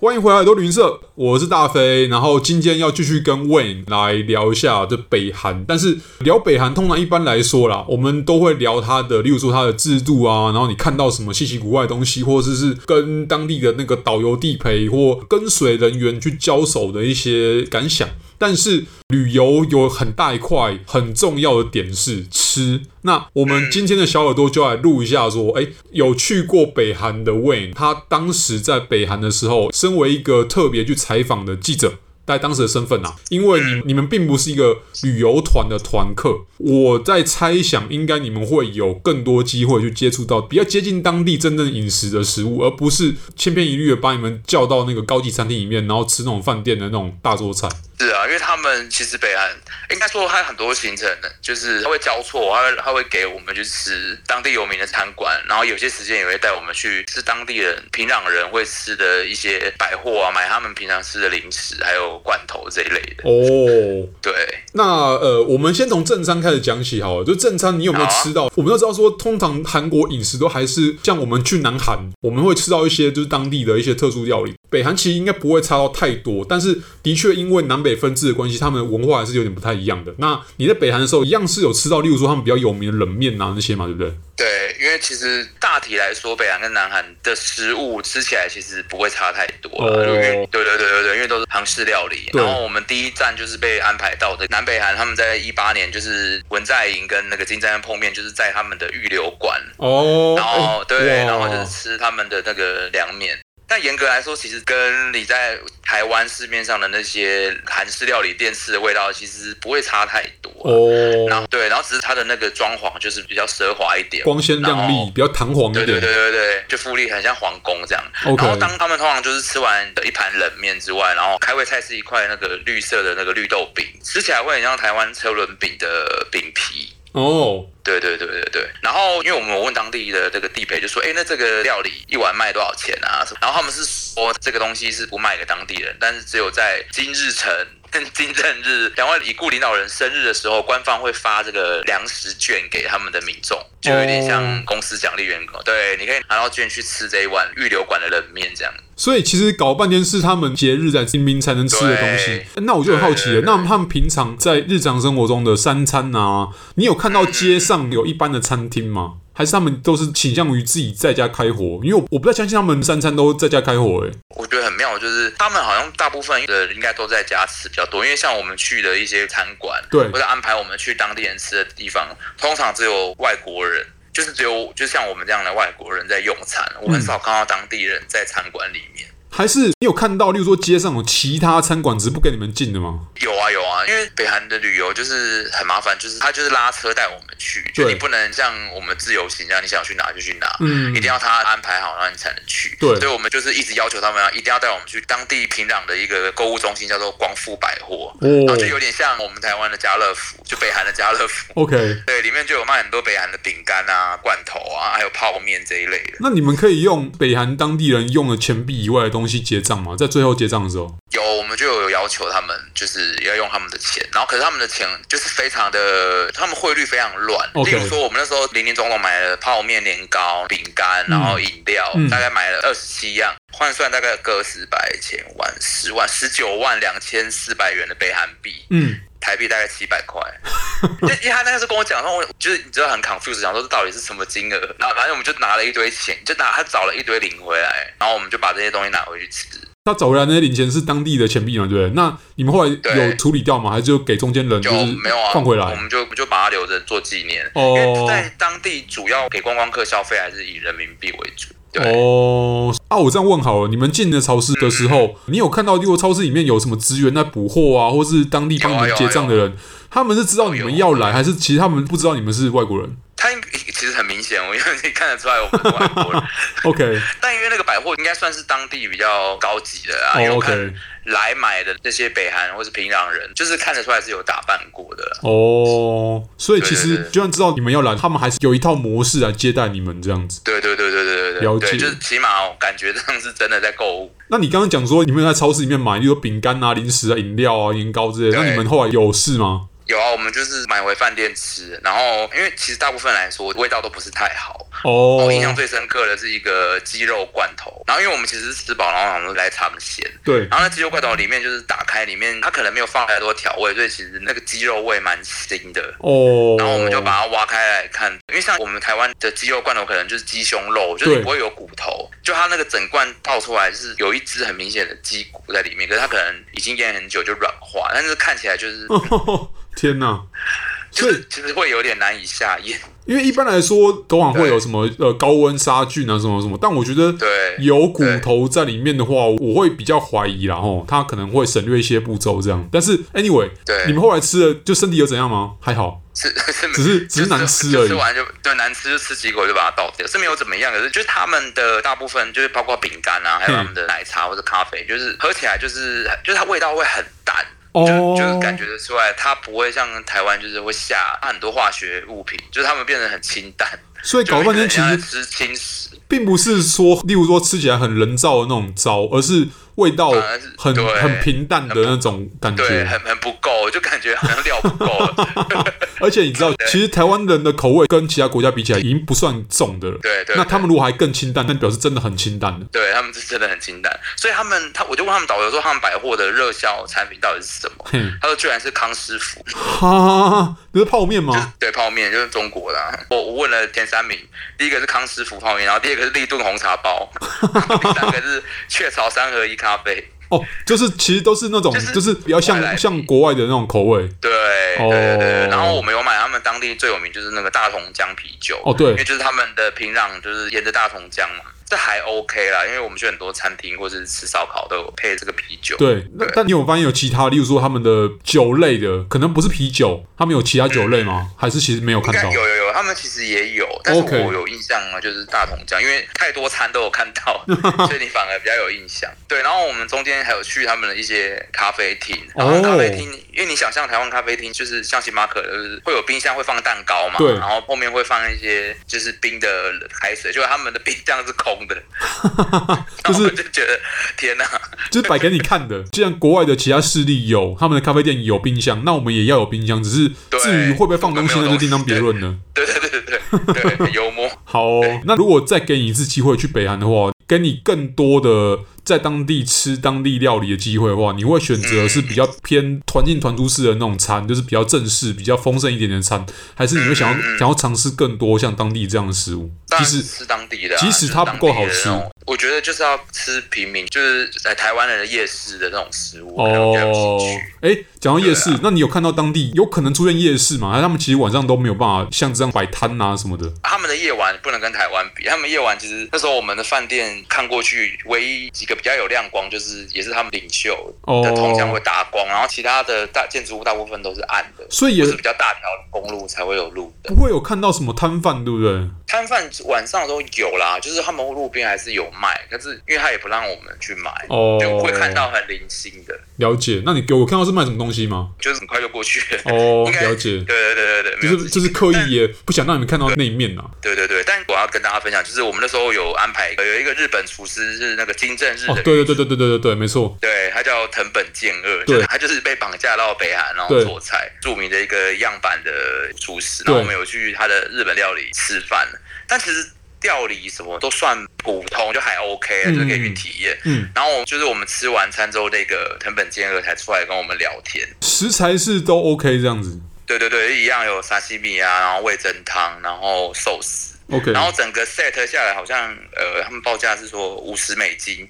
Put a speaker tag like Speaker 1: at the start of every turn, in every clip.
Speaker 1: 欢迎回来，都旅行社，我是大飞。然后今天要继续跟 Wayne 来聊一下这北韩，但是聊北韩，通常一般来说啦，我们都会聊它的，例如说它的制度啊，然后你看到什么稀奇古怪的东西，或者是跟当地的那个导游、地陪或跟随人员去交手的一些感想。但是旅游有很大一块很重要的点是吃。那我们今天的小耳朵就来录一下，说，哎，有去过北韩的 Wayne，他当时在北韩的时候，身为一个特别去采访的记者。在当时的身份啊，因为你你们并不是一个旅游团的团客，我在猜想，应该你们会有更多机会去接触到比较接近当地真正饮食的食物，而不是千篇一律的把你们叫到那个高级餐厅里面，然后吃那种饭店的那种大桌菜。
Speaker 2: 是啊，因为他们其实北韩应该说他很多行程就是他会交错，他会他会给我们去吃当地有名的餐馆，然后有些时间也会带我们去吃当地人平壤人会吃的一些百货啊，买他们平常吃的零食还有罐头这一类的。
Speaker 1: 哦，
Speaker 2: 对，
Speaker 1: 那呃，我们先从正餐开始讲起好了。就正餐，你有没有
Speaker 2: 好啊
Speaker 1: 吃到？我们要知道说，通常韩国饮食都还是像我们去南韩，我们会吃到一些就是当地的一些特殊料理。北韩其实应该不会差到太多，但是的确因为南北分治的关系，他们的文化还是有点不太一样的。那你在北韩的时候，一样是有吃到，例如说他们比较有名的冷面啊那些嘛，对不对？
Speaker 2: 对，因为其实大体来说，北韩跟南韩的食物吃起来其实不会差太多
Speaker 1: 哦
Speaker 2: 了。因为对对对对对，因为都是韩式料理。
Speaker 1: 对
Speaker 2: 然后我们第一站就是被安排到的南北韩，他们在一八年就是文在寅跟那个金正恩碰面，就是在他们的预留馆，
Speaker 1: 哦，
Speaker 2: 然后、
Speaker 1: 哎
Speaker 2: 对，
Speaker 1: 哇
Speaker 2: 然后就是吃他们的那个凉面。但严格来说，其实跟你在台湾市面上的那些韩式料理店吃的味道，其实不会差太多。然
Speaker 1: 哦，
Speaker 2: 后对，然后只是它的那个装潢就是比较奢华一点，
Speaker 1: 光鲜亮
Speaker 2: 然
Speaker 1: 丽，
Speaker 2: 后
Speaker 1: 比较堂皇一
Speaker 2: 哦对
Speaker 1: 点。
Speaker 2: 对对对对，就富丽很像皇宫这样。
Speaker 1: OK
Speaker 2: 然后当他们通常就是吃完的一盘冷面之外，然后开胃菜是一块那个绿色的那个绿豆饼，吃起来会很像台湾车轮饼的饼皮。
Speaker 1: 哦，
Speaker 2: 对对对对对，然后因为我们有问当地的这个地陪，就说，哎，那这个料理一碗卖多少钱啊？什么然后他们是说这个东西是不卖给当地人，但是只有在金日成跟金正日两位已故领导人生日的时候，官方会发这个粮食券给他们的民众，就有点像公司奖励员工，对，你可以拿到券去吃这一碗预留馆的冷面这样。
Speaker 1: 所以其实搞半天是他们节日在清明才能吃的东西
Speaker 2: 对，
Speaker 1: 欸那我就很好奇了，
Speaker 2: 对
Speaker 1: 那他们平常在日常生活中的三餐啊，你有看到街上有一般的餐厅吗？还是他们都是倾向于自己在家开火？因为我我不太相信他们三餐都在家开火、欸，
Speaker 2: 我觉得很妙，就是他们好像大部分的人应该都在家吃比较多，因为像我们去的一些餐馆，
Speaker 1: 对
Speaker 2: 或者安排我们去当地人吃的地方，通常只有外国人，就是只有就像我们这样的外国人在用餐，我很少看到当地人在餐馆里面。
Speaker 1: 还是你有看到，例如说街上有其他餐馆只是不给你们进的吗？
Speaker 2: 有啊有啊，因为北韩的旅游就是很麻烦，就是他就是拉车带我们去，
Speaker 1: 对
Speaker 2: 就你不能像我们自由行这样，你想去哪就去哪，
Speaker 1: 嗯
Speaker 2: 一定要他安排好，然后你才能去。
Speaker 1: 对
Speaker 2: 所以我们就是一直要求他们啊，一定要带我们去当地平壤的一个购物中心，叫做光复百货，
Speaker 1: 哦
Speaker 2: 然后就有点像我们台湾的家乐福，就北韩的家乐福。
Speaker 1: ，OK，
Speaker 2: 对，里面就有卖很多北韩的饼干啊、罐头啊，还有泡面这一类的。
Speaker 1: 那你们可以用北韩当地人用的钱币以外的东西结账吗？在最后结账的时候，
Speaker 2: 有，我们就有要求他们，就是要用他们的钱，然后可是他们的钱就是非常的，他们汇率非常乱。
Speaker 1: OK
Speaker 2: 例如说，我们那时候零零总总买了泡面、年糕、饼干，然后饮料，
Speaker 1: 嗯
Speaker 2: 大概买了二十七样，换算大概个十百千万十万十九万两千四百元的北韩币，
Speaker 1: 嗯，
Speaker 2: 台币大概七百 块。因因为他那个时候跟我讲说，我就是你知道很 confused，想说这到底是什么金额，然后反正我们就拿了一堆钱，就拿他找了一堆零回来，然后我们就把这些东西拿回去吃。
Speaker 1: 他找回来那些零钱是当地的钱币嘛，对不对？那你们后来有
Speaker 2: 对
Speaker 1: 处理掉吗？还是就给中间人就
Speaker 2: 就是没有啊，
Speaker 1: 换回
Speaker 2: 我
Speaker 1: 来？
Speaker 2: 们就我们就把它留着做纪念。
Speaker 1: 哦
Speaker 2: 因为在当地主要给观光客消费还是以人民币为主。对，
Speaker 1: 哦，啊，我这样问好了，你们进的超市的时候，
Speaker 2: 嗯
Speaker 1: 你有看到如果超市里面有什么职员在补货啊，或是当地帮你
Speaker 2: 有啊
Speaker 1: 们
Speaker 2: 有啊
Speaker 1: 结账的人，他们是知道你们要来，还是其实他们不知道你们是外国人
Speaker 2: 它应其实很明显，我因 为你看得出来我们是外 国人，
Speaker 1: ？OK，
Speaker 2: 但因为那个百货应该算是当地比较高级的啦。
Speaker 1: 哦
Speaker 2: 因为我
Speaker 1: ，OK
Speaker 2: 看来买的那些北韩或是平壤人，就是看得出来是有打扮过的啦。
Speaker 1: 哦，所以其
Speaker 2: 对
Speaker 1: 实
Speaker 2: 对对
Speaker 1: 就算知道你们要来，他们还是有一套模式来接待你们这样子。
Speaker 2: 对对对对对对
Speaker 1: 了
Speaker 2: 对，
Speaker 1: 解
Speaker 2: 对，就是起码我感觉上是真的在购物。
Speaker 1: 那你刚刚讲说你们在超市里面买，例如饼干啊、零食啊、饮料啊、年糕之类的，那
Speaker 2: 对
Speaker 1: 你们后来有事吗？
Speaker 2: 有啊，我们就是买回饭店吃，然后因为其实大部分来说味道都不是太好，
Speaker 1: 哦
Speaker 2: 我印象最深刻的是一个鸡肉罐头，然后因为我们其实是吃饱，然后想说来尝鲜，
Speaker 1: 对
Speaker 2: 然后那鸡肉罐头里面就是打开，里面它可能没有放太多调味，所以其实那个鸡肉味蛮腥的。
Speaker 1: 哦，
Speaker 2: 然后我们就把它挖开来看，因为像我们台湾的鸡肉罐头可能就是鸡胸肉，就是
Speaker 1: 对
Speaker 2: 你不会有骨头，就它那个整罐倒出来就是有一只很明显的鸡骨在里面，可是它可能已经腌很久就软化，但是看起来就是
Speaker 1: 天哪！
Speaker 2: 就
Speaker 1: 哦所以
Speaker 2: 是其实会有点难以下咽。
Speaker 1: 因为一般来说，都还会
Speaker 2: 对
Speaker 1: 有什么呃高温杀菌啊，什么什么，但我觉得
Speaker 2: 对
Speaker 1: 有骨
Speaker 2: 对
Speaker 1: 头在里面的话，我会比较怀疑啦吼，它可能会省略一些步骤这样。但是 anyway，
Speaker 2: 对
Speaker 1: 你们后来吃了，就身体有怎样吗？还好，
Speaker 2: 是 是
Speaker 1: 只是只是难吃而已
Speaker 2: 就吃完就对难吃就吃几口就把它倒掉，是没有怎么样。可是就是他们的大部分就是包括饼干啊，还有他
Speaker 1: 嗯
Speaker 2: 们的奶茶或者咖啡，就是喝起来就是就是它味道会很淡。
Speaker 1: 哦
Speaker 2: 就就是感觉得出来，它不会像台湾，就是会下很多化学物品，就是他们变得很清淡，
Speaker 1: 所以
Speaker 2: 就
Speaker 1: 哎搞了半天其
Speaker 2: 有点
Speaker 1: 实
Speaker 2: 像在吃轻食，
Speaker 1: 并不是说，例如说吃起来很人造的那种糟，而是味道
Speaker 2: 反呃而是
Speaker 1: 很
Speaker 2: 对
Speaker 1: 很平淡的那种感
Speaker 2: 对，
Speaker 1: 觉。
Speaker 2: 很很不够，就感觉好像料不够 了。
Speaker 1: 而且你知道，
Speaker 2: 对
Speaker 1: 其实台湾人的口味跟其他国家比起来，已经不算重的了。
Speaker 2: 对对
Speaker 1: 那
Speaker 2: 对
Speaker 1: 他们如果还更清淡，那表示真的很清淡了。
Speaker 2: 对他们是真的很清淡，所以他们他我就问他们导游说，他们百货的热销产品到底是什么？
Speaker 1: 嘿，
Speaker 2: 他说居然是康师傅，
Speaker 1: 哈，不是泡面
Speaker 2: 就是
Speaker 1: 吗？
Speaker 2: 对泡面，就是中国的啊、我我问了前三名，第一个是康师傅泡面，然后第二个是立顿红茶包， 第三个是雀巢三合一咖啡。
Speaker 1: 哦，就是其实都是那种，
Speaker 2: 就是
Speaker 1: 就是比较
Speaker 2: 外来
Speaker 1: 像
Speaker 2: 品
Speaker 1: 像国外的那种口味。
Speaker 2: 对
Speaker 1: 哦
Speaker 2: 对对对，然后我们有买他们当地最有名就是那个大同江啤酒，
Speaker 1: 哦对
Speaker 2: 因为就是他们的平壤就是沿着大同江嘛，这还 OK 啦，因为我们去很多餐厅或是吃烧烤都有配这个啤酒。
Speaker 1: 对，那
Speaker 2: 对
Speaker 1: 但你有发现有其他，例如说他们的酒类的，可能不是啤酒，他们有其他酒类吗？还是其实没有
Speaker 2: 应
Speaker 1: 看
Speaker 2: 该
Speaker 1: 到？
Speaker 2: 有有有，他们其实也有，但是
Speaker 1: OK
Speaker 2: 我有印象啊，就是大同江，因为太多餐都有看 到，所以你反而比较有印象。对，然后我们中间还有去他们的一些咖啡厅，然
Speaker 1: 哦
Speaker 2: 后咖啡厅，因为你想象台湾咖啡厅就是像星巴克，就是会有冰箱会放蛋糕嘛，
Speaker 1: 对
Speaker 2: 然后后面会放一些就是冰的开水，就他们的冰箱是空 的，
Speaker 1: 就
Speaker 2: 然后我
Speaker 1: 是
Speaker 2: 就觉得天哪、
Speaker 1: 就是摆给你看的。 既然国外的其他势力有他们的咖啡店有冰箱，那我们也要有冰箱。只是
Speaker 2: 对
Speaker 1: 至于会不会放东西，
Speaker 2: 有没
Speaker 1: 那
Speaker 2: 有
Speaker 1: 就另当
Speaker 2: 东西
Speaker 1: 别论了。
Speaker 2: 对对对对对，对很幽默。
Speaker 1: 好哦、
Speaker 2: 对
Speaker 1: 那如果再给你一次机会去北韩的话，给你更多的在当地吃当地料理的机会的话，你会选择是比较偏团进团出式的那种餐，就是比较正式、比较丰盛一点点的餐，还是你会
Speaker 2: 嗯
Speaker 1: 想要、想要尝试更多像当地这样的食物？
Speaker 2: 当
Speaker 1: 其
Speaker 2: 然
Speaker 1: 实
Speaker 2: 是当地的啊、
Speaker 1: 即使它不够好吃
Speaker 2: 就是当地的那种我觉得就是要吃平民，就是在台湾人的夜市的那种食物，可能比较有
Speaker 1: 哦
Speaker 2: 兴趣。，
Speaker 1: 哎、讲到夜市，那你有看到当地有可能出现夜市吗？还是他们其实晚上都没有办法像这样摆摊啊什么的？
Speaker 2: 他们的夜晚不能跟台湾比，他们夜晚其实那时候我们的饭店看过去，唯一几个比较有亮光，就是也是他们领袖的通常会
Speaker 1: 哦，
Speaker 2: 打光，然后其他的大建筑物大部分都是暗的，
Speaker 1: 所以
Speaker 2: 就
Speaker 1: 也
Speaker 2: 是比较大条的公路才会有路灯。
Speaker 1: 不会有看到什么摊贩，对不对？
Speaker 2: 摊贩晚上都有啦，就是他们路边还是有卖，可是因为他也不让我们去买，
Speaker 1: 哦
Speaker 2: 就会看到很零星的。
Speaker 1: 了解。那你给我看到是卖什么东西吗？
Speaker 2: 就是很快就过去了。
Speaker 1: 哦，
Speaker 2: 应该
Speaker 1: 了解
Speaker 2: 对，对对对对，
Speaker 1: 就
Speaker 2: 没有
Speaker 1: 是
Speaker 2: 仔细
Speaker 1: 就是刻意也不想让你们看到那一面啊呐、
Speaker 2: 对对对，但我要跟大家分享，就是我们那时候有安排呃有一个日本厨师是那个金正日
Speaker 1: 哦
Speaker 2: 的，人，
Speaker 1: 对对对对对对对对，没错。
Speaker 2: 对他叫藤本健二，
Speaker 1: 对
Speaker 2: 就是他就是被绑架到北韩然后
Speaker 1: 对
Speaker 2: 做菜，著名的一个样板的厨师，
Speaker 1: 对
Speaker 2: 然后我们有去他的日本料理吃饭，但其实料理什么都算普通，就还 OK，啊
Speaker 1: 嗯
Speaker 2: 就是可以去体验。
Speaker 1: 嗯，
Speaker 2: 然后就是我们吃完餐之后，那个藤本健二才出来跟我们聊天。
Speaker 1: 食材是都 OK 这样子
Speaker 2: 对对对，一样有沙西米啊，然后味增汤，然后寿司，
Speaker 1: ，OK。
Speaker 2: 然后整个 set 下来好像呃，他们报价是说五十美金，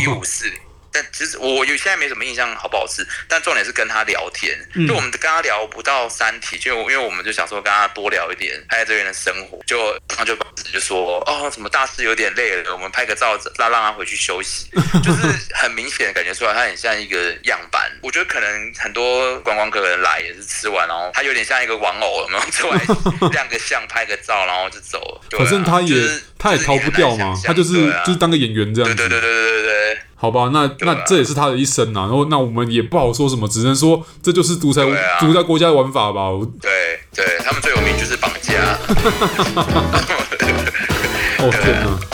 Speaker 2: 一五四。但其实我我有现在没什么印象好不好吃，但重点是跟他聊天，
Speaker 1: 嗯
Speaker 2: 就我们跟他聊不到三题，就因为我们就想说跟他多聊一点他在这边的生活，就他就就说哦什么大师有点累了，我们拍个照让让他回去 休息，就是很明显的感觉出来他很像一个样板，我觉得可能很多观光客人来也是吃完然后他有点像一个玩偶，然后吃 完亮个相拍个照然后就走了，对啊
Speaker 1: 反正他也、
Speaker 2: 就是
Speaker 1: 他也逃不掉嘛，他就是、
Speaker 2: 就是你很难想象对啊
Speaker 1: 就是当个演员这样
Speaker 2: 对
Speaker 1: 子，
Speaker 2: 对对对对对对。
Speaker 1: 好吧？那
Speaker 2: 啊
Speaker 1: 那这也是他的一生啊呐、然后那我们也不好说什么，只能说这就是独裁、
Speaker 2: 对啊
Speaker 1: 独裁国家的玩法吧。我
Speaker 2: 对对，他们最有名就是绑架。
Speaker 1: 哦天哪！